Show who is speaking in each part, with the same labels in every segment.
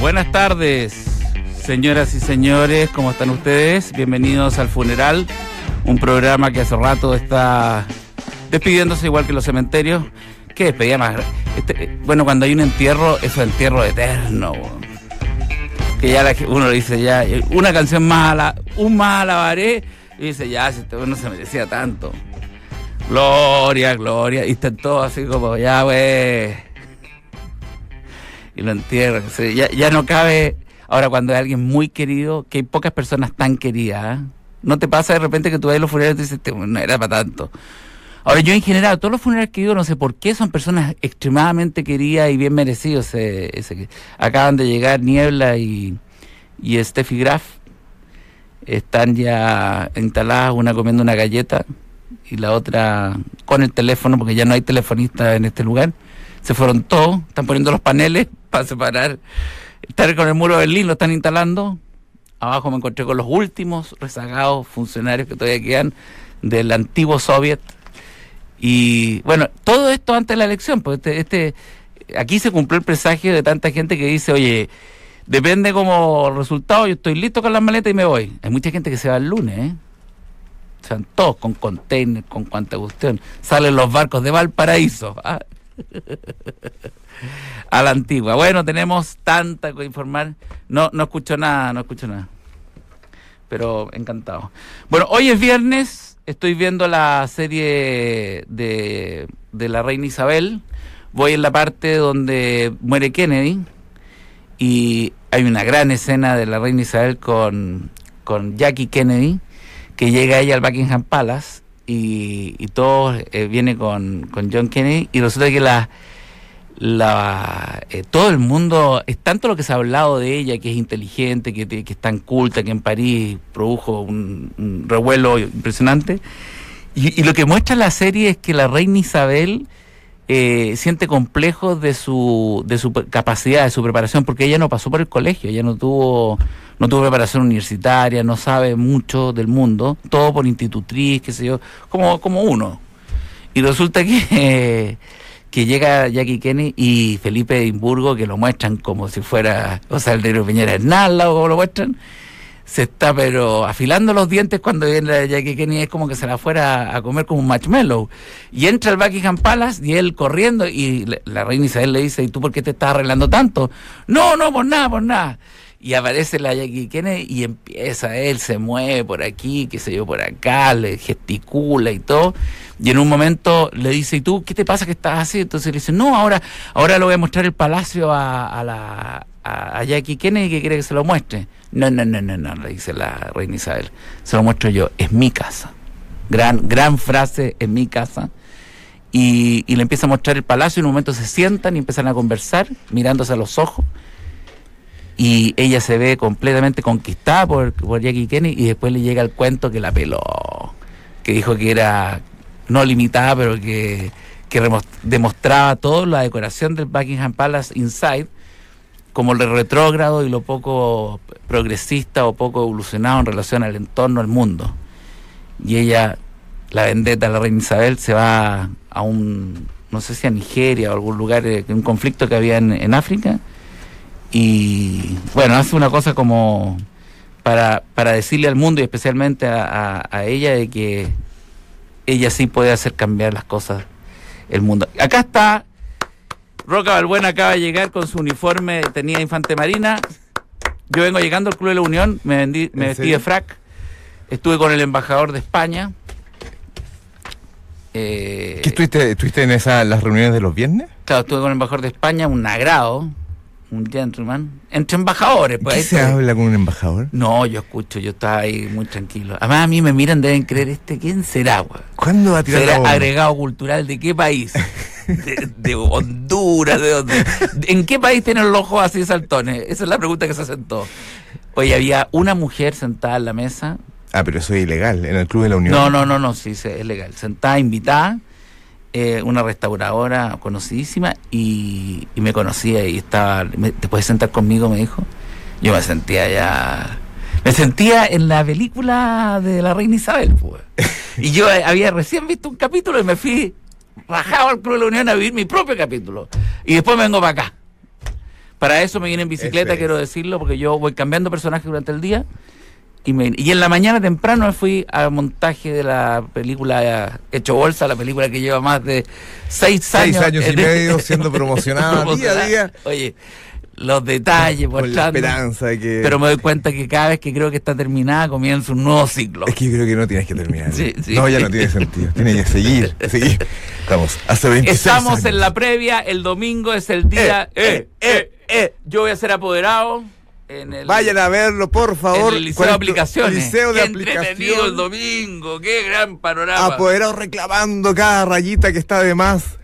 Speaker 1: Buenas tardes, señoras y señores, ¿cómo están ustedes? Bienvenidos al funeral, un programa que hace rato está despidiéndose igual que los cementerios. ¿Qué despedida más? gra- este- bueno, cuando hay un entierro, eso es entierro eterno. weón. Que ya la que- uno dice ya, eh, una canción más a la, un más alabaré, y dice ya, si este no se merecía tanto. Gloria, gloria, y están todos así como ya, güey. Y lo entierran. sí, ya, ya no cabe. Ahora, cuando hay alguien muy querido, que hay pocas personas tan queridas, ¿ah? ¿no te pasa de repente que tú ves los funerales y te dices, "Este, no era para tanto? Ahora, yo en general, todos los funerales que digo, no sé por qué, son personas extremadamente queridas y bien merecidos. eh, ese que- acaban de llegar Niebla y, y Steffi Graf. Están ya instaladas, una comiendo una galleta y la otra con el teléfono, porque ya no hay telefonista en este lugar. Se fueron todos, están poniendo los paneles para separar. Están con el muro de Berlín, lo están instalando. Abajo me encontré con los últimos rezagados funcionarios que todavía quedan del antiguo soviet. Y bueno, todo esto antes de la elección, pues este, este aquí se cumplió el presagio de tanta gente que dice, oye, depende como resultado, yo estoy listo con las maletas y me voy. Hay mucha gente que se va el lunes, ¿eh? O sea, todos con container, con cuanta cuestión. Salen los barcos de Valparaíso. ¿ah? A la antigua. Bueno, tenemos tanta que informar. No, no escucho nada, no escucho nada. Pero encantado. Bueno, hoy es viernes. Estoy viendo la serie de, de la reina Isabel. Voy en la parte donde muere Kennedy. Y hay una gran escena de la reina Isabel con, con Jackie Kennedy que llega ella al Buckingham Palace y, y todo eh, viene con, con John Kennedy y resulta que la, la eh, todo el mundo es tanto lo que se ha hablado de ella que es inteligente que, te- que es tan culta que en París produjo un, un revuelo impresionante y, y lo que muestra la serie es que la reina Isabel eh, siente complejos de su, de su capacidad, de su preparación, porque ella no pasó por el colegio, ella no tuvo, no tuvo preparación universitaria, no sabe mucho del mundo, todo por institutriz, qué sé yo, como, como uno. Y resulta que, eh, que llega Jackie Kennedy y Felipe de Edimburgo, que lo muestran como si fuera, o sea, el de Piñera Hernalda o como lo muestran, se está pero afilando los dientes cuando viene la Jackie Kennedy, es como que se la fuera a comer como un marshmallow. Y entra al Buckingham Palace y él corriendo y le- la reina Isabel le dice, ¿y tú por qué te estás arreglando tanto? No, no, por nada, por nada. Y aparece la Jackie Kennedy y empieza, él se mueve por aquí, qué sé yo, por acá, le gesticula y todo. Y en un momento le dice, ¿y tú qué te pasa que estás así? Entonces le dice, no, ahora, ahora le voy a mostrar el palacio a, a la, a, a Jackie Kennedy que quiere que se lo muestre. No, no, no, no, no, le dice la reina Isabel. Se lo muestro yo, es mi casa. Gran, gran frase, en mi casa. Y, y le empieza a mostrar el palacio y en un momento se sientan y empiezan a conversar, mirándose a los ojos. Y ella se ve completamente conquistada por, por Jackie Kennedy y después le llega el cuento que la peló, que dijo que era no limitada, pero que, que remos- demostraba toda la decoración del Buckingham Palace Inside como lo retrógrado y lo poco progresista o poco evolucionado en relación al entorno, al mundo. Y ella, la vendetta, la reina Isabel, se va a un, no sé si a Nigeria o algún lugar, eh, un conflicto que había en, en África. Y bueno, hace una cosa como para, para decirle al mundo y especialmente a, a- a ella de que ella sí puede hacer cambiar las cosas, el mundo. Acá está Roca Balbuena acaba de llegar con su uniforme, tenía infante marina. Yo vengo llegando al Club de la Unión, me, vendí- me
Speaker 2: ¿En
Speaker 1: vestí
Speaker 2: serio?
Speaker 1: de frac, estuve con el embajador de España. Eh,
Speaker 2: ¿Qué estuviste, estuviste en esa, las reuniones de los viernes?
Speaker 1: claro, estuve con el embajador de España, un agrado, un gentleman, entre embajadores. Pues,
Speaker 2: ¿Qué
Speaker 1: ahí
Speaker 2: se
Speaker 1: estoy.
Speaker 2: habla con un embajador?
Speaker 1: No, yo escucho, yo estaba ahí muy tranquilo. Además a mí me miran, deben creer, ¿este quién será, güey?
Speaker 2: ¿Cuándo va a tirar
Speaker 1: ¿Será
Speaker 2: la bomba?
Speaker 1: agregado cultural de qué país? De, de Honduras, de dónde. ¿En qué país tienen los ojos así saltones? Esa es la pregunta que se hacen todos. Oye, había una mujer sentada en la mesa.
Speaker 2: Ah, pero eso es ilegal, en el Club de la Unión.
Speaker 1: No, no, no, no, sí, sí, es legal. Sentada, invitada, eh, una restauradora conocidísima y, y me conocía y estaba. me- ¿Te puedes sentar conmigo? Me dijo. Yo me sentía ya. Me sentía en la película de la reina Isabel, pues. Y yo eh, había recién visto un capítulo y me fui rajado al Club de la Unión a vivir mi propio capítulo. Y después me vengo para acá. Para eso me viene en bicicleta,
Speaker 2: Eso es.
Speaker 1: quiero decirlo, porque yo voy cambiando personajes durante el día. Y, me- y en la mañana temprano me fui al montaje de la película Hecho Bolsa, la película que lleva más de seis,
Speaker 2: Seis años y
Speaker 1: en el-
Speaker 2: medio siendo promocionada día a día.
Speaker 1: Oye, los detalles,
Speaker 2: Con la
Speaker 1: mostrando.
Speaker 2: esperanza de que.
Speaker 1: Pero me doy cuenta que cada vez que creo que está terminada comienza un nuevo ciclo.
Speaker 2: Es que yo creo que no tienes que terminar.
Speaker 1: Sí, sí.
Speaker 2: No, ya no tiene sentido. Tiene que seguir, seguir. Estamos hace 26
Speaker 1: Estamos
Speaker 2: años.
Speaker 1: en la previa, el domingo es el día.
Speaker 2: Eh, eh,
Speaker 1: Yo voy a ser apoderado en el.
Speaker 2: Vayan a verlo, por favor.
Speaker 1: en el liceo de
Speaker 2: Cuarto-
Speaker 1: aplicaciones.
Speaker 2: Liceo de
Speaker 1: Qué entretenido el
Speaker 2: aplicación.
Speaker 1: domingo, qué gran panorama.
Speaker 2: Apoderado reclamando cada rayita que está de más.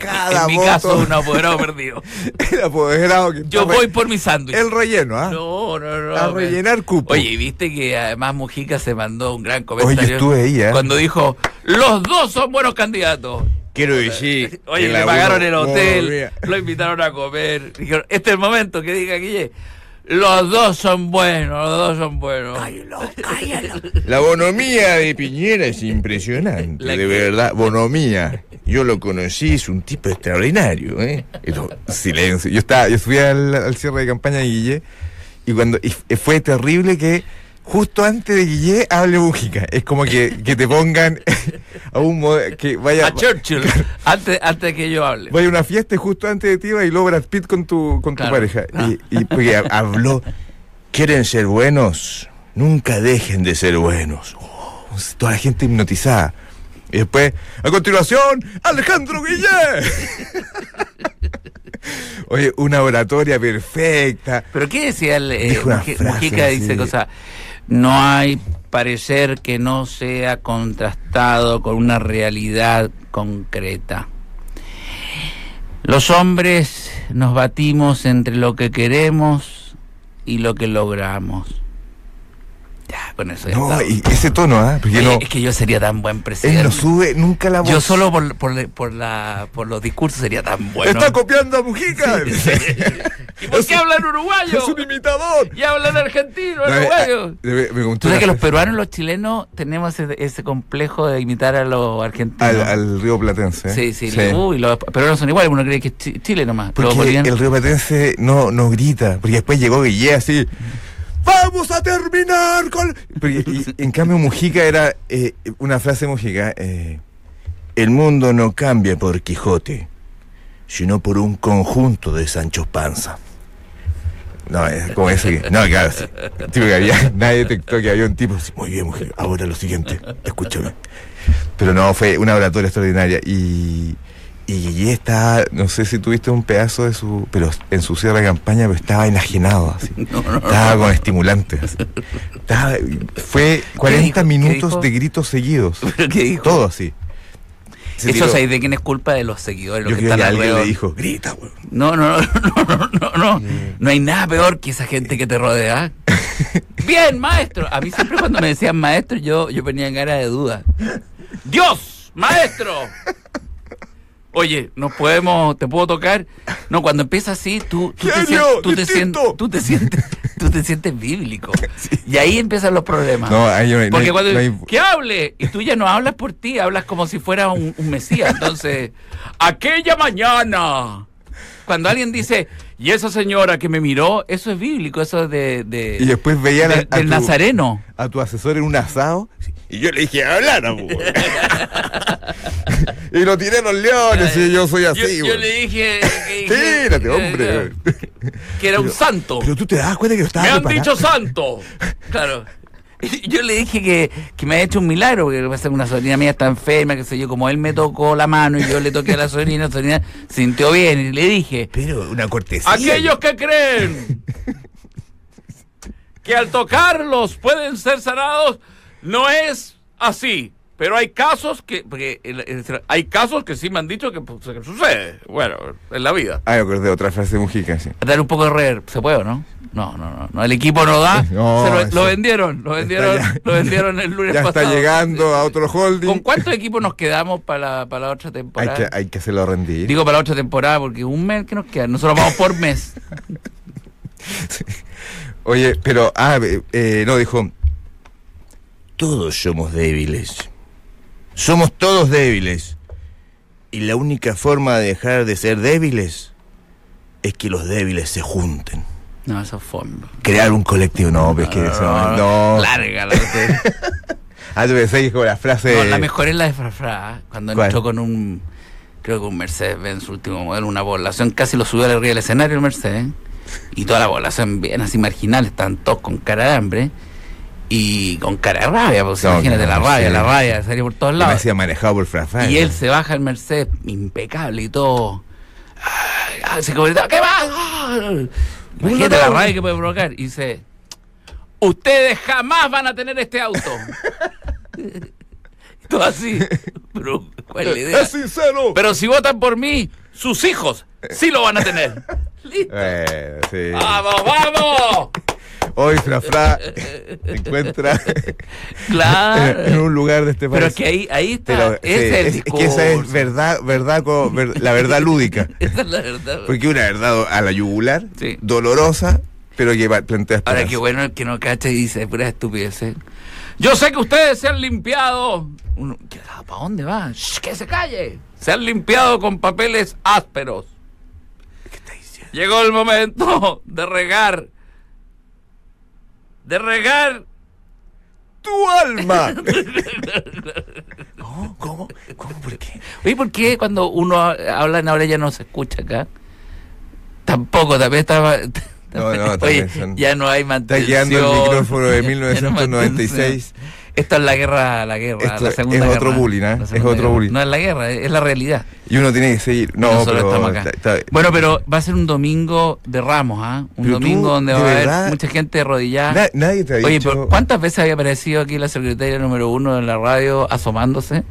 Speaker 2: Cada
Speaker 1: en mi
Speaker 2: voto.
Speaker 1: caso, un apoderado perdido.
Speaker 2: El apoderado que
Speaker 1: Yo
Speaker 2: está re-
Speaker 1: voy por mi sándwich.
Speaker 2: El relleno, ¿ah?
Speaker 1: No, no, no.
Speaker 2: A rellenar cupo.
Speaker 1: Oye, y viste que además Mujica se mandó un gran
Speaker 2: Oye,
Speaker 1: comentario
Speaker 2: yo estuve ahí, ¿eh?
Speaker 1: cuando dijo, los dos son buenos candidatos.
Speaker 2: Quiero decir.
Speaker 1: eh, Oye,
Speaker 2: que
Speaker 1: le
Speaker 2: la
Speaker 1: pagaron
Speaker 2: uno-
Speaker 1: el
Speaker 2: Oh,
Speaker 1: hotel,
Speaker 2: mira.
Speaker 1: lo invitaron a comer. Dijeron, este es el momento que diga Guille. Los dos son buenos, los dos son buenos.
Speaker 2: La bonomía de Piñera es impresionante,
Speaker 1: La
Speaker 2: de
Speaker 1: que-
Speaker 2: verdad, bonomía. Yo lo conocí, es un tipo extraordinario, ¿eh? Y lo- silencio. Yo estaba, yo fui al, al cierre de campaña de Guille y cuando y f- fue terrible que justo antes de Guille hable Mújica. Es como que, que te pongan a un mo- que vaya
Speaker 1: A Churchill, antes, antes de que yo hable.
Speaker 2: Vaya a una fiesta y justo antes de ti va y luego Brad Pitt con tu, con
Speaker 1: Claro. Ah.
Speaker 2: tu pareja. Y, y porque ha- habló, ¿quieren ser buenos? Nunca dejen de ser buenos. Oh, toda la gente hipnotizada. Y después, a continuación, Alejandro Guillén. Oye, una oratoria perfecta.
Speaker 1: Pero ¿qué decía el, eh,
Speaker 2: Dijo una
Speaker 1: Muji-
Speaker 2: frase
Speaker 1: Mujica?
Speaker 2: así.
Speaker 1: Dice cosa, no hay parecer que no sea contrastado con una realidad concreta. Los hombres nos batimos entre lo que queremos y lo que logramos. Ya, con eso ya
Speaker 2: No,
Speaker 1: estamos.
Speaker 2: y ese tono, ¿ah? Porque
Speaker 1: Oye,
Speaker 2: no,
Speaker 1: Es que yo sería tan buen
Speaker 2: él
Speaker 1: presidente.
Speaker 2: no sube nunca la voz.
Speaker 1: yo solo por, por, por la, por los discursos sería tan bueno.
Speaker 2: Está copiando a Mujica.
Speaker 1: ¿Y por qué hablan uruguayo?
Speaker 2: es un imitador.
Speaker 1: Y hablan argentino,
Speaker 2: No, eh,
Speaker 1: uruguayo.
Speaker 2: eh, me- me contó
Speaker 1: Tú sabes
Speaker 2: una
Speaker 1: que los
Speaker 2: frase.
Speaker 1: peruanos y los chilenos tenemos ese, ese complejo de imitar a los
Speaker 2: Al,
Speaker 1: argentinos.
Speaker 2: al río Platense. ¿eh?
Speaker 1: sí, sí, Uy, los peruanos son iguales, uno cree que es Chi- Chile nomás. Los
Speaker 2: Porque
Speaker 1: bolivianos-
Speaker 2: el río Platense no, no grita, porque después llegó Guille así. ¡Vamos a terminar con...! Porque, y- en cambio, Mujica era eh, una frase de Mujica. eh, el mundo no cambia por Quijote, sino por un conjunto de Sancho Panza. No, es como ese que... No, claro, sí. El tipo que había... Nadie detectó que había un tipo así, Muy bien, Mujica, ahora lo siguiente. Escúchame. Pero no, fue una oratoria extraordinaria. Y, y Guille está, no sé si tuviste un pedazo de su, pero en su cierre de campaña, pero estaba enajenado así. estaba con estimulantes. así. Estaba- fue
Speaker 1: dijo?
Speaker 2: 40
Speaker 1: ¿Qué dijo?
Speaker 2: minutos de gritos seguidos.
Speaker 1: ¿Pero qué dijo?
Speaker 2: Todo así. Se
Speaker 1: Eso
Speaker 2: tiró.
Speaker 1: sabéis de quién es culpa de los seguidores, los
Speaker 2: Yo
Speaker 1: que
Speaker 2: creo
Speaker 1: están
Speaker 2: que alguien le
Speaker 1: alrededor.
Speaker 2: dijo, grita, weón.
Speaker 1: No, no, no, no, no, no, no. No hay nada peor que esa gente que te rodea. Bien, maestro. A mí siempre cuando me decían maestro, yo, yo venía en cara de duda. ¡Dios! ¡Maestro! Oye, nos podemos, te puedo tocar. No, cuando empieza así, tú, tú, te,
Speaker 2: Genio,
Speaker 1: sien- tú te sien-
Speaker 2: distinto.
Speaker 1: tú te sientes, tú te sientes bíblico. Y ahí empiezan los problemas.
Speaker 2: No, ahí no hay-
Speaker 1: Ah.
Speaker 2: no
Speaker 1: Porque
Speaker 2: hay-
Speaker 1: cuando
Speaker 2: no hay-
Speaker 1: que hable y tú ya no hablas por ti, hablas como si fuera un, un mesías. Entonces, aquella mañana, cuando alguien dice y esa señora que me miró, eso es bíblico, eso es de, de
Speaker 2: Y después veía a la-
Speaker 1: del-
Speaker 2: a
Speaker 1: del
Speaker 2: tu-
Speaker 1: Nazareno.
Speaker 2: a tu asesor en un asado. Y yo le dije, hablara, weón. y lo tiré a los leones, y yo soy así,
Speaker 1: yo, yo
Speaker 2: weón.
Speaker 1: le dije, que dije-
Speaker 2: Tírate, hombre.
Speaker 1: que era un santo.
Speaker 2: Pero tú te das cuenta que yo estaba
Speaker 1: Me han
Speaker 2: preparado.
Speaker 1: dicho santo. Claro. Y Yo le dije que, que me ha hecho un milagro, porque pasa que una sobrina mía está enferma, que sé yo, como él me tocó la mano y yo le toqué a la sobrina, la sobrina sintió bien y le dije,
Speaker 2: Pero una cortesía.
Speaker 1: aquellos que creen que al tocarlos pueden ser sanados, no es así. Pero hay casos que, porque el- el- hay casos que sí me han dicho que, pues, que sucede, bueno, en la vida.
Speaker 2: Ah, me acordé otra frase de Mujica, sí.
Speaker 1: Dar un poco de rever, ¿se puede o no? No, no, no, no, el equipo no da.
Speaker 2: No,
Speaker 1: se lo,
Speaker 2: eso-
Speaker 1: lo vendieron, lo vendieron,
Speaker 2: ya-
Speaker 1: lo vendieron el lunes
Speaker 2: Ya está
Speaker 1: pasado.
Speaker 2: llegando a otro holding.
Speaker 1: ¿Con cuántos equipos nos quedamos para la, para la otra
Speaker 2: hay,
Speaker 1: temporada?
Speaker 2: que, hay que hacerlo rendir.
Speaker 1: Digo para la otra temporada porque un mes que nos queda, nosotros vamos por mes.
Speaker 2: Oye, pero, ah, eh, eh, no, dijo. Todos somos débiles. Somos todos débiles. Y la única forma de dejar de ser débiles es que los débiles se junten.
Speaker 1: No, eso es fondo.
Speaker 2: Crear un colectivo. No, pues que eso.
Speaker 1: Ah,
Speaker 2: No.
Speaker 1: Larga la que-
Speaker 2: Ah, tú pensás que es como la frase.
Speaker 1: No, la mejor es la de Frafra, ¿eh? cuando
Speaker 2: ¿Cuál?
Speaker 1: entró con un, creo que un Mercedes Benz, su último modelo, una población, casi lo subió al arriba del escenario el Mercedes, ¿eh? y toda la población bien así marginal, estaban todos con cara de hambre y con cara de rabia, pues
Speaker 2: No,
Speaker 1: imagínate la
Speaker 2: claro,
Speaker 1: rabia,
Speaker 2: sí.
Speaker 1: la rabia, salió por todos
Speaker 2: que me
Speaker 1: lados.
Speaker 2: hacía manejado por Frafra.
Speaker 1: Y él se baja el Mercedes impecable y todo. Ay, ay, se comentaba, ¿qué más? Ah, Imagínate la rabia que puede provocar. Y dice, ustedes jamás van a tener este auto. todo así. Pero, ¿cuál es la idea?
Speaker 2: ¡Es sincero!
Speaker 1: Pero si votan por mí, sus hijos sí lo van a tener. Listo.
Speaker 2: Eh, sí.
Speaker 1: ¡Vamos, vamos!
Speaker 2: Hoy Frafra se encuentra en
Speaker 1: Claro.
Speaker 2: un lugar de este país.
Speaker 1: Ah, Pero es que ahí, ahí está.
Speaker 2: Pero,
Speaker 1: Ah, Ese es, el
Speaker 2: sí, es- es que esa es
Speaker 1: discurso.
Speaker 2: verdad, verdad, co- ver- la verdad lúdica.
Speaker 1: Esa es la verdad.
Speaker 2: Porque una verdad do- a la yugular,
Speaker 1: Sí.
Speaker 2: dolorosa, pero que va- plantea
Speaker 1: Ahora
Speaker 2: esperanza.
Speaker 1: qué bueno el que no cacha y dice pura estupidez. ¿eh? Yo sé que ustedes se han limpiado. Uno, ¿qué- ¿Para dónde va? Shh, ¡Que se calle! Se han limpiado con papeles ásperos. Llegó el momento de regar. De regar.
Speaker 2: ¡Tu alma! ¿Cómo? ¿Cómo? ¿Cómo? ¿Por qué?
Speaker 1: Oye, ¿por qué cuando uno ha- habla en ahora ya no se escucha acá? Tampoco, también estaba.
Speaker 2: No, no,
Speaker 1: Oye,
Speaker 2: también son-
Speaker 1: ya no hay
Speaker 2: Está
Speaker 1: mantención.
Speaker 2: quedando el micrófono de
Speaker 1: ya no hay mantención.
Speaker 2: 1996.
Speaker 1: Esto es la guerra, la guerra,
Speaker 2: Esto
Speaker 1: la
Speaker 2: es
Speaker 1: segunda
Speaker 2: otro
Speaker 1: guerra.
Speaker 2: bullying, ¿eh?
Speaker 1: La
Speaker 2: Es
Speaker 1: segunda
Speaker 2: otro
Speaker 1: guerra.
Speaker 2: bullying.
Speaker 1: No es la guerra, es es la realidad.
Speaker 2: Y uno tiene que seguir. No,
Speaker 1: Nosotros
Speaker 2: pero.
Speaker 1: estamos acá.
Speaker 2: está- está-
Speaker 1: Bueno, pero va a ser un domingo de Ramos, ¿ah? Un
Speaker 2: Eh, Pero tú,
Speaker 1: domingo donde
Speaker 2: de
Speaker 1: va a
Speaker 2: verdad-
Speaker 1: haber mucha gente arrodillada.
Speaker 2: na- nadie te ha dicho.
Speaker 1: Oye, pero ¿cuántas veces había aparecido aquí la secretaria número uno en la radio asomándose?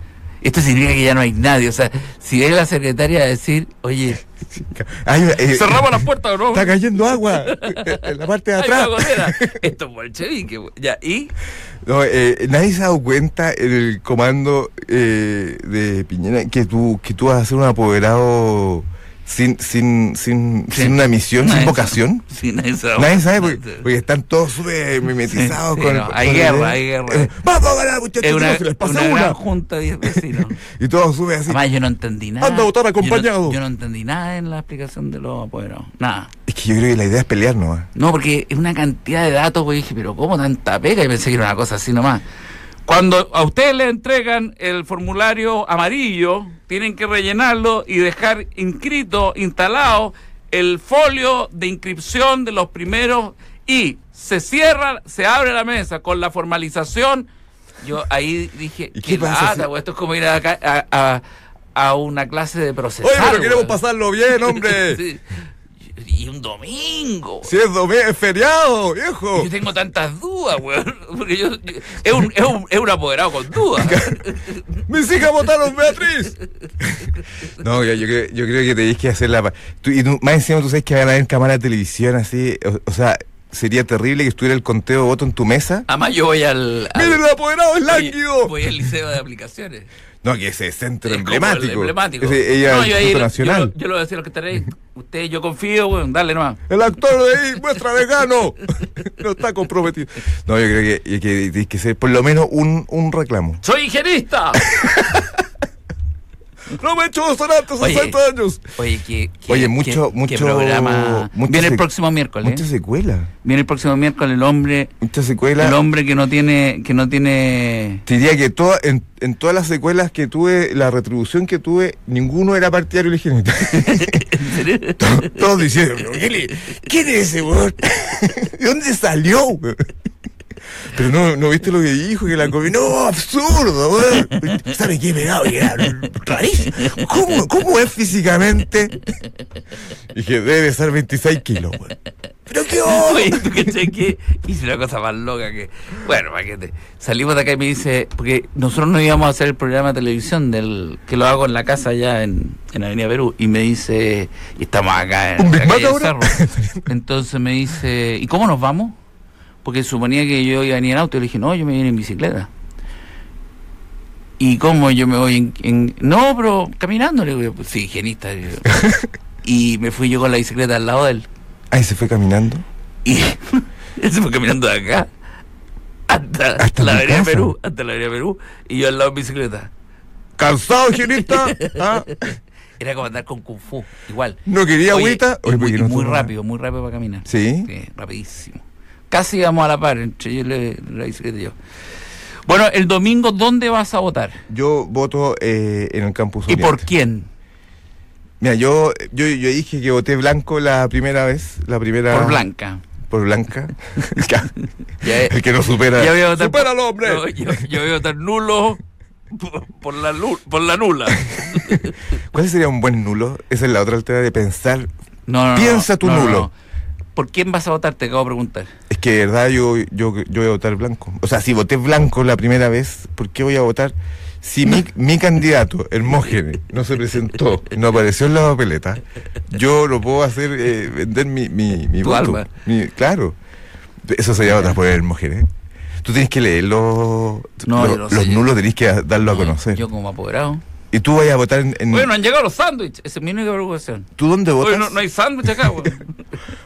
Speaker 1: Esto significa que ya no hay nadie. O sea, si ve la secretaria a decir, oye,
Speaker 2: Ay, eh,
Speaker 1: cerramos las puertas o no.
Speaker 2: Está cayendo agua en la parte de
Speaker 1: Hay
Speaker 2: atrás.
Speaker 1: una gotera. Esto es bolchevique. güey. Ya, y
Speaker 2: No, eh, nadie se ha dado cuenta en el comando eh, de Piñera que tú, que tú vas a ser un apoderado sin, sin, sin,
Speaker 1: Sí.
Speaker 2: sin una misión,
Speaker 1: Nadie sabe.
Speaker 2: sin vocación.
Speaker 1: sí, nadie sabe.
Speaker 2: Nadie sabe porque,
Speaker 1: Nadie-
Speaker 2: porque están todos súper mimetizados
Speaker 1: Sí, sí,
Speaker 2: con
Speaker 1: no, hay
Speaker 2: con
Speaker 1: guerra,
Speaker 2: idea.
Speaker 1: hay guerra.
Speaker 2: Eh, Vamos a ganar, muchachos,
Speaker 1: Es una,
Speaker 2: no se les pasa
Speaker 1: una
Speaker 2: una.
Speaker 1: gran junta de vecinos.
Speaker 2: Y todos suben así.
Speaker 1: Además, yo no entendí nada.
Speaker 2: Anda a votar
Speaker 1: Yo no- Yo
Speaker 2: acompañado.
Speaker 1: no, entendí nada en la explicación de los apoderados. Nada.
Speaker 2: Es que yo creo que la idea es pelear nomás.
Speaker 1: No, porque es una cantidad de datos, güey. Dije, pero ¿cómo tanta pega? Y pensé que era una cosa así nomás. Cuando a ustedes le entregan el formulario amarillo, tienen que rellenarlo y dejar inscrito, instalado, el folio de inscripción de los primeros y se cierra, se abre la mesa con la formalización. Yo ahí dije,
Speaker 2: ¿Y qué
Speaker 1: qué
Speaker 2: pasa
Speaker 1: lata,
Speaker 2: si-
Speaker 1: güey, Esto es como ir a, ca- a- a- a una clase de procesal.
Speaker 2: Oye, pero queremos
Speaker 1: güey.
Speaker 2: pasarlo bien, hombre.
Speaker 1: Sí. Y un domingo. güey.
Speaker 2: Si es, domingo, es feriado, viejo.
Speaker 1: Yo tengo tantas dudas, weón. Porque yo, yo- es, un, es, un, es un apoderado con dudas.
Speaker 2: ¡Mis hijas votaron Beatriz! no, yo, yo creo, yo creo que tenéis que hacer la. pa- Tú, y tú- más encima tú sabes que van a haber cámara de televisión así. O, o sea, sería terrible que estuviera el conteo de votos en tu mesa.
Speaker 1: Además, yo voy al. al-
Speaker 2: Ah, ¡Miren, el apoderado es
Speaker 1: voy-
Speaker 2: lánguido!
Speaker 1: Voy al liceo de aplicaciones.
Speaker 2: No, que ese centro
Speaker 1: Es como el
Speaker 2: emblemático.
Speaker 1: emblemático.
Speaker 2: Ese- ella
Speaker 1: No,
Speaker 2: es
Speaker 1: yo, ahí,
Speaker 2: el Instituto
Speaker 1: yo,
Speaker 2: Nacional.
Speaker 1: lo- yo lo voy a decir a los que están ahí. Ustedes, yo confío, weón. Dale nomás.
Speaker 2: El actor de ahí muestra vegano. no está comprometido. No, yo creo que, que tenéis que ser por lo menos un, un reclamo.
Speaker 1: ¡Soy ingenista!
Speaker 2: ¡No me he hecho dos antes,
Speaker 1: Oye.
Speaker 2: 60 años!
Speaker 1: Oye, que. que-
Speaker 2: Oye,
Speaker 1: que-
Speaker 2: mucho-
Speaker 1: que
Speaker 2: mucho-
Speaker 1: programa.
Speaker 2: mucho
Speaker 1: Viene el
Speaker 2: sec-
Speaker 1: próximo miércoles. ¿eh?
Speaker 2: Mucha secuela.
Speaker 1: Viene el próximo miércoles el hombre.
Speaker 2: Mucha secuela.
Speaker 1: El hombre que no tiene. Que no tiene.
Speaker 2: Te diría que toda, en, en todas las secuelas que tuve, la retribución que tuve, ninguno era partidario del higienista.
Speaker 1: ¿En serio?
Speaker 2: Todos dijeron, "Pero ¿quién, le- quién es ese weón? ¿De dónde salió? weón?" Pero no, no viste lo que dijo, que la comida. No, absurdo, weón. ¿Sabes qué me da? Oye, Rarísimo. ¿Cómo, ¿Cómo es físicamente? Dije, debe ser 26 kilos, weón. ¿Pero qué onda?
Speaker 1: Oye, ¿tú cachai que hice una cosa más loca que. Bueno, pa' que te- Salimos de acá y me dice. Porque nosotros no íbamos a hacer el programa de televisión del que lo hago en la casa allá en, en Avenida Perú. Y me dice. Y estamos acá en
Speaker 2: ¿Un
Speaker 1: la
Speaker 2: Big Mac
Speaker 1: calle del
Speaker 2: ahora?
Speaker 1: Cerro. Entonces me dice. ¿Y cómo nos vamos? Porque suponía que yo iba a venir en auto. Y le dije, no, yo me vine en bicicleta. ¿Y cómo yo me voy en.? en- No, pero caminando. Le digo, sí, higienista. le digo. Y me fui yo con la bicicleta al lado de él.
Speaker 2: Ahí se fue caminando.
Speaker 1: Y él se fue caminando de acá hasta,
Speaker 2: Hasta
Speaker 1: la
Speaker 2: mi
Speaker 1: avenida
Speaker 2: casa.
Speaker 1: Perú, hasta la avenida Perú, y yo al lado en bicicleta.
Speaker 2: ¿Cansado, higienista? ¿Ah?
Speaker 1: Era como andar con Kung Fu, igual.
Speaker 2: No quería
Speaker 1: Oye,
Speaker 2: agüita.
Speaker 1: y
Speaker 2: Oye, ¿por
Speaker 1: muy,
Speaker 2: qué
Speaker 1: y
Speaker 2: no
Speaker 1: muy
Speaker 2: toma?
Speaker 1: rápido, muy rápido para caminar.
Speaker 2: Sí.
Speaker 1: Sí, rapidísimo. Casi íbamos a la par entre yo y le- la bicicleta y yo. Bueno, el domingo, ¿dónde vas a votar?
Speaker 2: Yo voto eh, en el campus.
Speaker 1: ¿Y
Speaker 2: Oriente.
Speaker 1: por quién?
Speaker 2: Mira, yo, yo, yo dije que voté blanco la primera vez. La primera.
Speaker 1: Por Blanca.
Speaker 2: Por blanca.
Speaker 1: Ya, eh,
Speaker 2: el que no supera.
Speaker 1: ya voy a votar por-
Speaker 2: ¡Supera al hombre!
Speaker 1: yo, yo- yo voy a votar nulo por, por la, lu- por la nula.
Speaker 2: ¿Cuál sería un buen nulo? Esa es la otra alternativa de pensar.
Speaker 1: No, no, no,
Speaker 2: Piensa tu
Speaker 1: no, no,
Speaker 2: nulo.
Speaker 1: no. ¿Por quién vas a votar? Te acabo de preguntar.
Speaker 2: Es que de verdad yo, yo, yo voy a votar blanco. O sea, si voté blanco la primera vez, ¿por qué voy a votar? Si mi, mi candidato, Hermógenes, no se presentó, no apareció en la papeleta, yo no puedo hacer eh, vender mi, mi, mi
Speaker 1: Tu
Speaker 2: voto.
Speaker 1: alma.
Speaker 2: Mi- claro. Eso sería otra por Hermógenes. Tú tienes que leer los,
Speaker 1: No,
Speaker 2: los-
Speaker 1: yo lo sé,
Speaker 2: los
Speaker 1: yo-
Speaker 2: nulos, tenés que a- darlo a conocer.
Speaker 1: Yo como apoderado.
Speaker 2: Y tú vas a votar en... en-
Speaker 1: Bueno, han llegado los sándwiches. Esa es mi única preocupación.
Speaker 2: Mm. ¿Tú dónde votas?
Speaker 1: Oye, no, no hay sándwich acá, güey.
Speaker 2: Oye,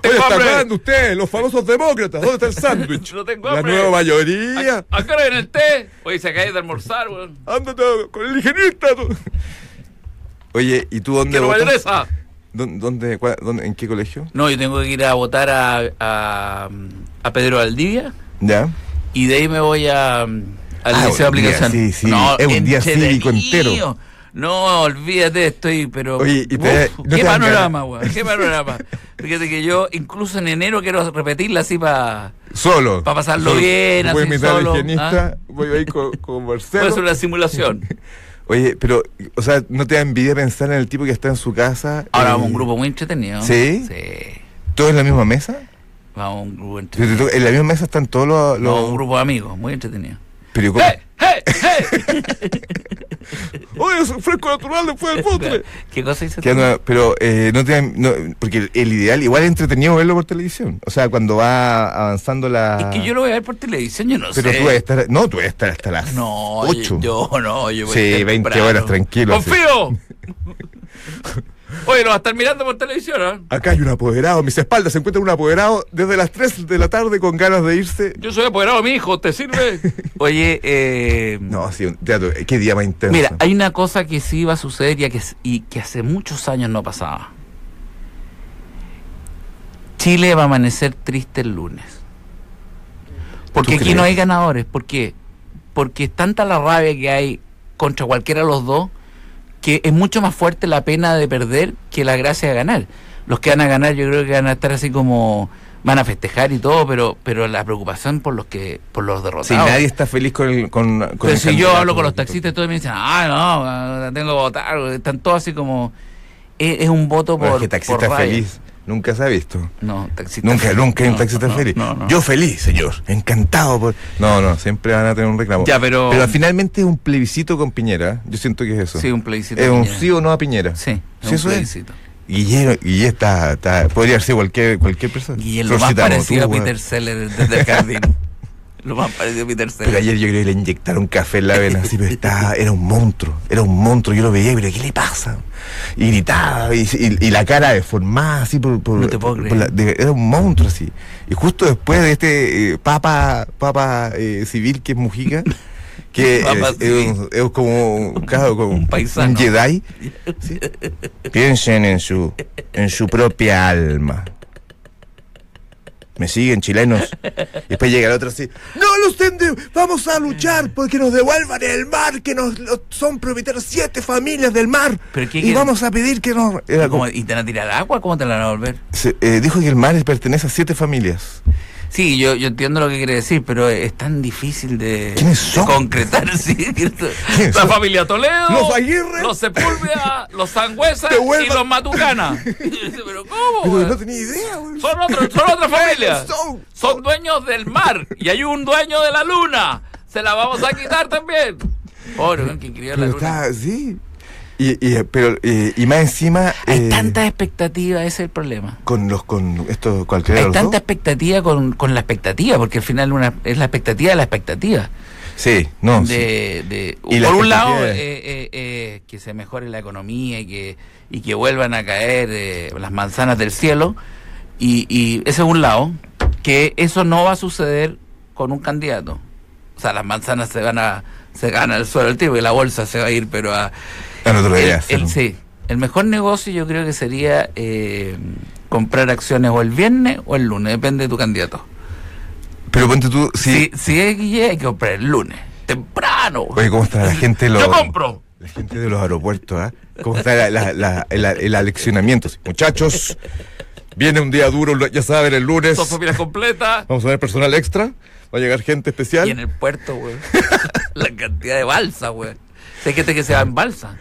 Speaker 1: Tengo
Speaker 2: ¿está
Speaker 1: hambre.
Speaker 2: hablando usted? Los famosos demócratas. ¿Dónde está el sándwich?
Speaker 1: No tengo
Speaker 2: La
Speaker 1: hambre.
Speaker 2: nueva
Speaker 1: ¿A-
Speaker 2: mayoría.
Speaker 1: ¿A qué hora viene el té? Oye, se acaba de almorzar, güey.
Speaker 2: Ándate con el higienista. tú. Oye, ¿y tú dónde
Speaker 1: Quiero
Speaker 2: votas?
Speaker 1: mayonesa.
Speaker 2: ¿Dó- ¿Dónde, cua- dónde- ¿En qué colegio?
Speaker 1: No, yo tengo que ir a votar a, a, a Pedro Valdivia
Speaker 2: Ya.
Speaker 1: y de ahí me voy a, al
Speaker 2: Ah,
Speaker 1: liceo de
Speaker 2: un día,
Speaker 1: aplicación.
Speaker 2: sí, sí, es un día cívico
Speaker 1: entretenido.
Speaker 2: entero.
Speaker 1: No, olvídate, estoy, pero.
Speaker 2: Oye, y te-
Speaker 1: Uf,
Speaker 2: ¿no te
Speaker 1: qué
Speaker 2: dan
Speaker 1: panorama,
Speaker 2: ganas?
Speaker 1: güey, qué panorama. Fíjate que yo, incluso en enero, quiero repetirla así para.
Speaker 2: Solo.
Speaker 1: Pa' pasarlo bien,
Speaker 2: Voy a
Speaker 1: así,
Speaker 2: invitar al
Speaker 1: solo, ¿ah?
Speaker 2: higienista. Voy a ir con, con Marcelo.
Speaker 1: Puede ser una simulación.
Speaker 2: Oye, pero, o sea, ¿no te da envidia pensar en el tipo que está en su casa?
Speaker 1: Ahora
Speaker 2: eh,
Speaker 1: vamos a un grupo muy entretenido.
Speaker 2: ¿Sí?
Speaker 1: Sí.
Speaker 2: ¿Todo en la misma mesa?
Speaker 1: Vamos a un grupo entretenido.
Speaker 2: Pero tú- En la misma mesa están todos los. los-
Speaker 1: No, un grupo Eh. de amigos, muy entretenido.
Speaker 2: Pero ¿cómo?
Speaker 1: ¡Hey! ¡Hey! ¡Hey!
Speaker 2: Oye, es un fresco natural después del postre.
Speaker 1: ¿Qué cosa dices?
Speaker 2: Que
Speaker 1: tú?
Speaker 2: anda- pero eh, no te dan- no, porque el, el ideal igual es entretenido verlo por televisión. O sea, cuando va avanzando la.
Speaker 1: Es que yo lo voy a ver por televisión, yo no
Speaker 2: Pero
Speaker 1: sé.
Speaker 2: tú vas a estar, no, tú vas a estar hasta las
Speaker 1: No,
Speaker 2: 8.
Speaker 1: Yo, yo no, yo voy
Speaker 2: Sí, 20 horas, tranquilo,
Speaker 1: ¡Confío! Oye, lo vas a estar mirando por televisión, ¿eh?
Speaker 2: Acá hay un apoderado, mis espaldas se encuentra un apoderado desde las 3 de la tarde con ganas de irse.
Speaker 1: Yo soy apoderado de mi hijo, ¿te sirve? Oye, eh...
Speaker 2: No, sí, un teatro, eh, qué día más intenso.
Speaker 1: Mira, hay una cosa que sí va a suceder y que, y que hace muchos años no pasaba. Chile va a amanecer triste el lunes. Porque
Speaker 2: ¿Tú
Speaker 1: aquí no
Speaker 2: crees?
Speaker 1: hay ganadores. ¿Por qué? Porque es tanta la rabia que hay contra cualquiera de los dos que es mucho más fuerte la pena de perder que la gracia de ganar. Los que van a ganar yo creo que van a estar así como van a festejar y todo, pero pero la preocupación por los que por los derrotados.
Speaker 2: si nadie está feliz con el. Con, con
Speaker 1: Pero
Speaker 2: el
Speaker 1: si yo
Speaker 2: candidato,
Speaker 1: hablo con los
Speaker 2: porque-
Speaker 1: taxistas, todos me dicen, ah, no, la tengo que votar. Están todos así como. Es, es un voto por.
Speaker 2: Bueno, es que taxista
Speaker 1: por rabia.
Speaker 2: feliz nunca se ha visto.
Speaker 1: No, taxista
Speaker 2: Nunca,
Speaker 1: feliz.
Speaker 2: nunca hay un
Speaker 1: No,
Speaker 2: taxista
Speaker 1: no,
Speaker 2: feliz.
Speaker 1: no, no.
Speaker 2: Yo feliz, señor. Encantado por. No, no, siempre van a tener un reclamo.
Speaker 1: Ya, pero.
Speaker 2: Pero finalmente es un plebiscito con Piñera. Yo siento que es eso.
Speaker 1: sí, un plebiscito.
Speaker 2: es un
Speaker 1: Piñera.
Speaker 2: sí o no a Piñera.
Speaker 1: Sí, es
Speaker 2: Sí,
Speaker 1: un
Speaker 2: eso es.
Speaker 1: plebiscito.
Speaker 2: Guille, Guille está, está- podría ser cualquier, cualquier persona.
Speaker 1: Y es lo más
Speaker 2: Rosita Motú,
Speaker 1: parecido a
Speaker 2: weón.
Speaker 1: Peter Seller desde el jardín. lo más parecido a Peter
Speaker 2: Pero
Speaker 1: Seller.
Speaker 2: ayer yo creo que le inyectaron café en la vena, así, pero estaba, era un monstruo, era un monstruo, yo lo veía, pero ¿qué le pasa? Y gritaba, y, y- y la cara deformada, así, por, por-
Speaker 1: No te puedo
Speaker 2: por-
Speaker 1: creer.
Speaker 2: por la- de- era un monstruo, así. Y justo después de este eh, papa, papa eh, civil que es Mujica, que es,
Speaker 1: Papa
Speaker 2: es un- es como, un- claro, como
Speaker 1: Un paisano.
Speaker 2: un Jedi, ¿sí? piensen en su, en su propia alma. Me siguen chilenos. Y después llega el otro así. No los tendremos. Vamos a luchar porque nos devuelvan el mar, que nos lo- son propietarios siete familias del mar.
Speaker 1: ¿Pero qué
Speaker 2: y
Speaker 1: quieren?
Speaker 2: vamos a pedir que nos... Era
Speaker 1: ¿Y cómo-
Speaker 2: como-
Speaker 1: ¿Y te van a tirar agua? ¿Cómo te la van a volver?
Speaker 2: se- eh, dijo que el mar pertenece a siete familias.
Speaker 1: Sí, yo, yo entiendo lo que quiere decir, pero es tan difícil de,
Speaker 2: ¿Quiénes
Speaker 1: de
Speaker 2: son?
Speaker 1: concretar. sí, que esto-
Speaker 2: ¿Quiénes
Speaker 1: la
Speaker 2: son?
Speaker 1: familia Toledo,
Speaker 2: Los Aguirre.
Speaker 1: los Sepúlveda, los Sangüesa
Speaker 2: Te vuelvan-
Speaker 1: y los Matucana. pero ¿cómo?
Speaker 2: Pero
Speaker 1: güey?
Speaker 2: no tenía idea, güey.
Speaker 1: son, otro- son otra familia.
Speaker 2: Son-
Speaker 1: Son dueños del mar y hay un dueño de la luna. Se la vamos a quitar también. Pobre, güey, que crió la
Speaker 2: Pero
Speaker 1: luna.
Speaker 2: está así. Y, y- pero, eh, y más encima...
Speaker 1: Hay
Speaker 2: eh,
Speaker 1: tanta expectativa, ese es el problema.
Speaker 2: Con los... Con esto, cualquiera de
Speaker 1: Hay
Speaker 2: los
Speaker 1: tanta
Speaker 2: dos.
Speaker 1: expectativa con, con la expectativa, porque al final una, es la expectativa de la expectativa.
Speaker 2: Sí, no. sí.
Speaker 1: de, de-
Speaker 2: Y la
Speaker 1: por un lado
Speaker 2: expectativa
Speaker 1: eh, eh, eh, que se mejore la economía y que y que vuelvan a caer eh, las manzanas del cielo y, y ese es un lado que eso no va a suceder con un candidato o sea las manzanas se van a se gana el suelo el tipo y la bolsa se va a ir pero a
Speaker 2: Ah, no te lo
Speaker 1: el-
Speaker 2: veías,
Speaker 1: el-
Speaker 2: ¿no?
Speaker 1: sí el mejor negocio yo creo que sería eh, comprar acciones o el viernes o el lunes, depende de tu candidato.
Speaker 2: Pero ponte tú, sí.
Speaker 1: Si, si es Guille, hay que comprar el lunes, temprano.
Speaker 2: Oye, ¿cómo está la gente? de los-
Speaker 1: Yo compro.
Speaker 2: La gente de los aeropuertos, ¿ah? ¿Cómo está la- la- la- el, el aleccionamiento? Sí, Muchachos, viene un día duro, lo- ya saben, el lunes.
Speaker 1: Dos familias completas.
Speaker 2: Vamos a tener personal extra. Va a llegar gente especial.
Speaker 1: Y en el puerto, güey. la cantidad de balsa, güey. Hay gente que se va en balsa.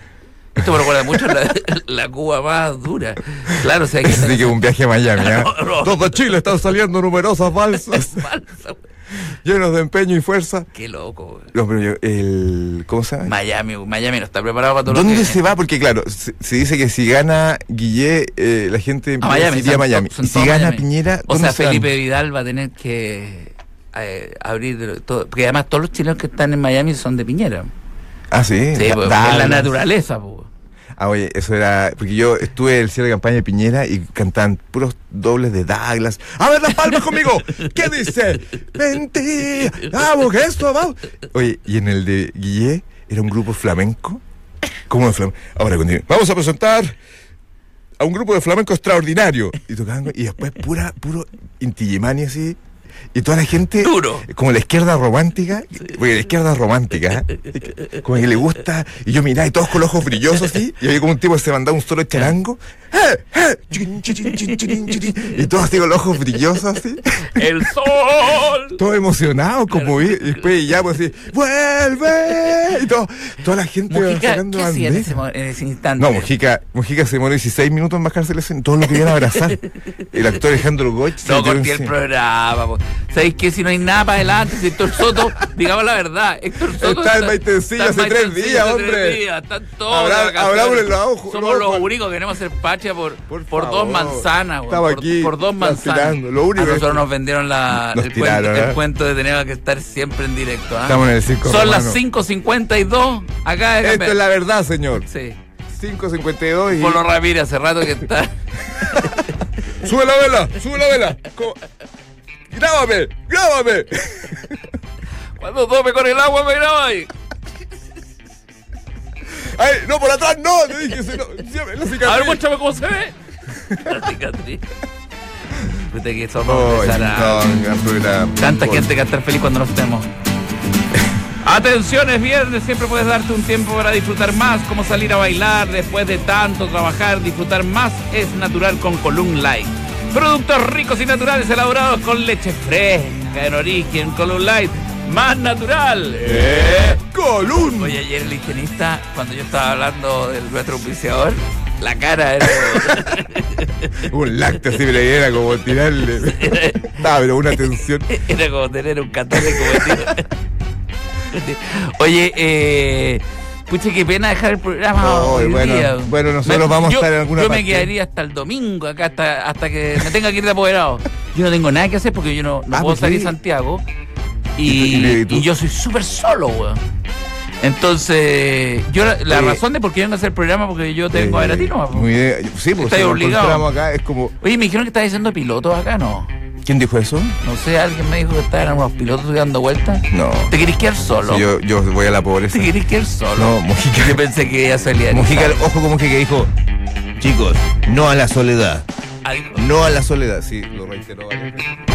Speaker 1: Esto me recuerda mucho la, la Cuba más dura. Claro, o sea, hay gente
Speaker 2: Así que un viaje a Miami, ¿ah?
Speaker 1: No, no.
Speaker 2: Todo Chile están saliendo numerosas balsas,
Speaker 1: en balsa, güey.
Speaker 2: llenos de empeño y fuerza.
Speaker 1: Qué loco, güey.
Speaker 2: No, pero yo- el, ¿Cómo se llama?
Speaker 1: Miami, güey. Miami no está preparado para todo lo que
Speaker 2: ¿Dónde
Speaker 1: viene.
Speaker 2: se va? Porque claro, se, se dice que si gana Guillé, eh, la gente
Speaker 1: A
Speaker 2: empieza
Speaker 1: Miami.
Speaker 2: a ir a
Speaker 1: son-
Speaker 2: Miami.
Speaker 1: son
Speaker 2: y si
Speaker 1: todos
Speaker 2: gana
Speaker 1: Miami.
Speaker 2: Piñera,
Speaker 1: O
Speaker 2: ¿dónde
Speaker 1: sea,
Speaker 2: se van?
Speaker 1: Felipe Vidal va a tener que eh, abrir todo. Porque además todos los chilenos que están en Miami son de Piñera.
Speaker 2: Ah, sí.
Speaker 1: Sí,
Speaker 2: Da-
Speaker 1: pues,
Speaker 2: Dallas.
Speaker 1: es la naturaleza, pues.
Speaker 2: Ah, oye, eso era. Porque yo estuve el cierre de campaña de Piñera y cantaban puros dobles de Douglas. ¡A ver las palmas conmigo! ¿Qué dice? ¡Mentira! ¡Vamos, que esto, vamos! Oye, y en el de Guillé era un grupo flamenco. ¿Cómo de flamenco? Ahora continúe. Vamos a presentar a un grupo de flamenco extraordinario. Y tocaban, y después pura, puro intillimani así. Y toda la gente.
Speaker 1: Duro.
Speaker 2: Como la izquierda romántica, porque la izquierda es romántica, ¿eh? como que le gusta, y yo miraba, y todos con los ojos brillosos así, y había como un tipo que se mandaba un solo charango, ¡eh, eh! Chiquin, chiquin, chiquin, chiquin, chiquin, y todos así con los ojos brillosos así,
Speaker 1: ¡El sol!
Speaker 2: todos emocionados, como y, y después ya pues así, ¡vuelve! Y todo, toda la gente
Speaker 1: Mujica,
Speaker 2: sacando
Speaker 1: ¿qué hacía en
Speaker 2: banderas.
Speaker 1: ese, mo- en ese instante?
Speaker 2: No, Mujica, Mujica se demoró 16 minutos en bajarse la escena, todos lo querían abrazar. El actor Alejandro Goich se
Speaker 1: No
Speaker 2: le tiró
Speaker 1: corté el
Speaker 2: encima.
Speaker 1: programa. po. ¿Sabéis qué? Si no hay nada para adelante, si Héctor Soto, digamos la verdad, Héctor Soto.
Speaker 2: Está en Maitencillo
Speaker 1: está en
Speaker 2: hace tres
Speaker 1: Maitencillo
Speaker 2: días,
Speaker 1: hace
Speaker 2: hombre.
Speaker 1: Tres días, están todos.
Speaker 2: Habrá-
Speaker 1: de vacaciones.
Speaker 2: habrámosle los ojos,
Speaker 1: Somos
Speaker 2: los
Speaker 1: los
Speaker 2: ojos.
Speaker 1: únicos que queremos hacer patria por,
Speaker 2: Por
Speaker 1: por, dos
Speaker 2: favor.
Speaker 1: manzanas, güey.
Speaker 2: Estaba
Speaker 1: por,
Speaker 2: aquí
Speaker 1: por dos manzanas.
Speaker 2: transpirando, lo único
Speaker 1: A
Speaker 2: es
Speaker 1: nosotros
Speaker 2: que-
Speaker 1: nos vendieron la,
Speaker 2: Nos
Speaker 1: el,
Speaker 2: tiraron,
Speaker 1: cuento, el
Speaker 2: ¿eh?
Speaker 1: cuento de tener que estar siempre en directo. ¿ah?
Speaker 2: Estamos en el circo
Speaker 1: Son las
Speaker 2: romano.
Speaker 1: 5.52 acá de
Speaker 2: Esta es la verdad, señor.
Speaker 1: Sí.
Speaker 2: 5.52 y...
Speaker 1: Polo Ramírez hace rato que está.
Speaker 2: ¡Sube la vela! ¡Sube la vela! Co- ¡Grábame! ¡Grábame!
Speaker 1: Cuando tome con el agua me graba ahí.
Speaker 2: ¡Ay, no, por atrás no! Te dije, si no, siempre la cicatriz.
Speaker 1: A ver, muéstrame cómo se ve. La cicatriz. Puta que eso vamos a
Speaker 2: Oh,
Speaker 1: empezar a-
Speaker 2: no, gran programa.
Speaker 1: Tanta
Speaker 2: Por-
Speaker 1: gente que estar feliz cuando nos estemos. Atención, es viernes, siempre puedes darte un tiempo para disfrutar más, como salir a bailar después de tanto trabajar, disfrutar más es natural con Column Light. Productos ricos y naturales elaborados con leche fresca en origen, Column Light, más natural.
Speaker 2: ¡Eh! ¡Column!
Speaker 1: Oye, ayer el higienista, cuando yo estaba hablando de nuestro auspiciador, la cara era como-
Speaker 2: Un lácteo así, pero era como tirarle. Estaba, pero una tensión.
Speaker 1: Era como tener un católico metido. Oye, eh, pucha, qué pena dejar el programa
Speaker 2: No,
Speaker 1: hoy
Speaker 2: bueno,
Speaker 1: día.
Speaker 2: bueno, nosotros vamos a
Speaker 1: yo-
Speaker 2: estar en alguna
Speaker 1: Yo
Speaker 2: parte.
Speaker 1: me quedaría hasta el domingo acá, hasta, hasta que me tenga que ir de apoderado. Yo no tengo nada que hacer porque yo no, no
Speaker 2: Ah,
Speaker 1: puedo
Speaker 2: ¿por qué?
Speaker 1: salir de Santiago.
Speaker 2: ¿Y
Speaker 1: Y,
Speaker 2: tú- y tú-
Speaker 1: y yo soy súper solo, weón. Entonces, yo la, la
Speaker 2: Oye.
Speaker 1: razón de por qué vengo a hacer el programa, porque yo tengo a ver a ti nomás, po.
Speaker 2: Eh, Muy bien. Sí, pues
Speaker 1: Estoy
Speaker 2: si nos
Speaker 1: obligado.
Speaker 2: encontramos acá, es como...
Speaker 1: Oye, me dijeron que estabas diciendo pilotos acá, ¿no?
Speaker 2: ¿Quién dijo eso?
Speaker 1: No sé, alguien me dijo que estaban unos pilotos dando vueltas.
Speaker 2: No.
Speaker 1: ¿Te querés quedar solo?
Speaker 2: Si yo, yo voy a la pobreza.
Speaker 1: ¿Te querés quedar solo?
Speaker 2: No, Mujica.
Speaker 1: Yo pensé que ella salía
Speaker 2: Mujica, ojo como que, que dijo, chicos, no a la soledad,
Speaker 1: Algo.
Speaker 2: no a la soledad. Sí, lo reiteró varias veces.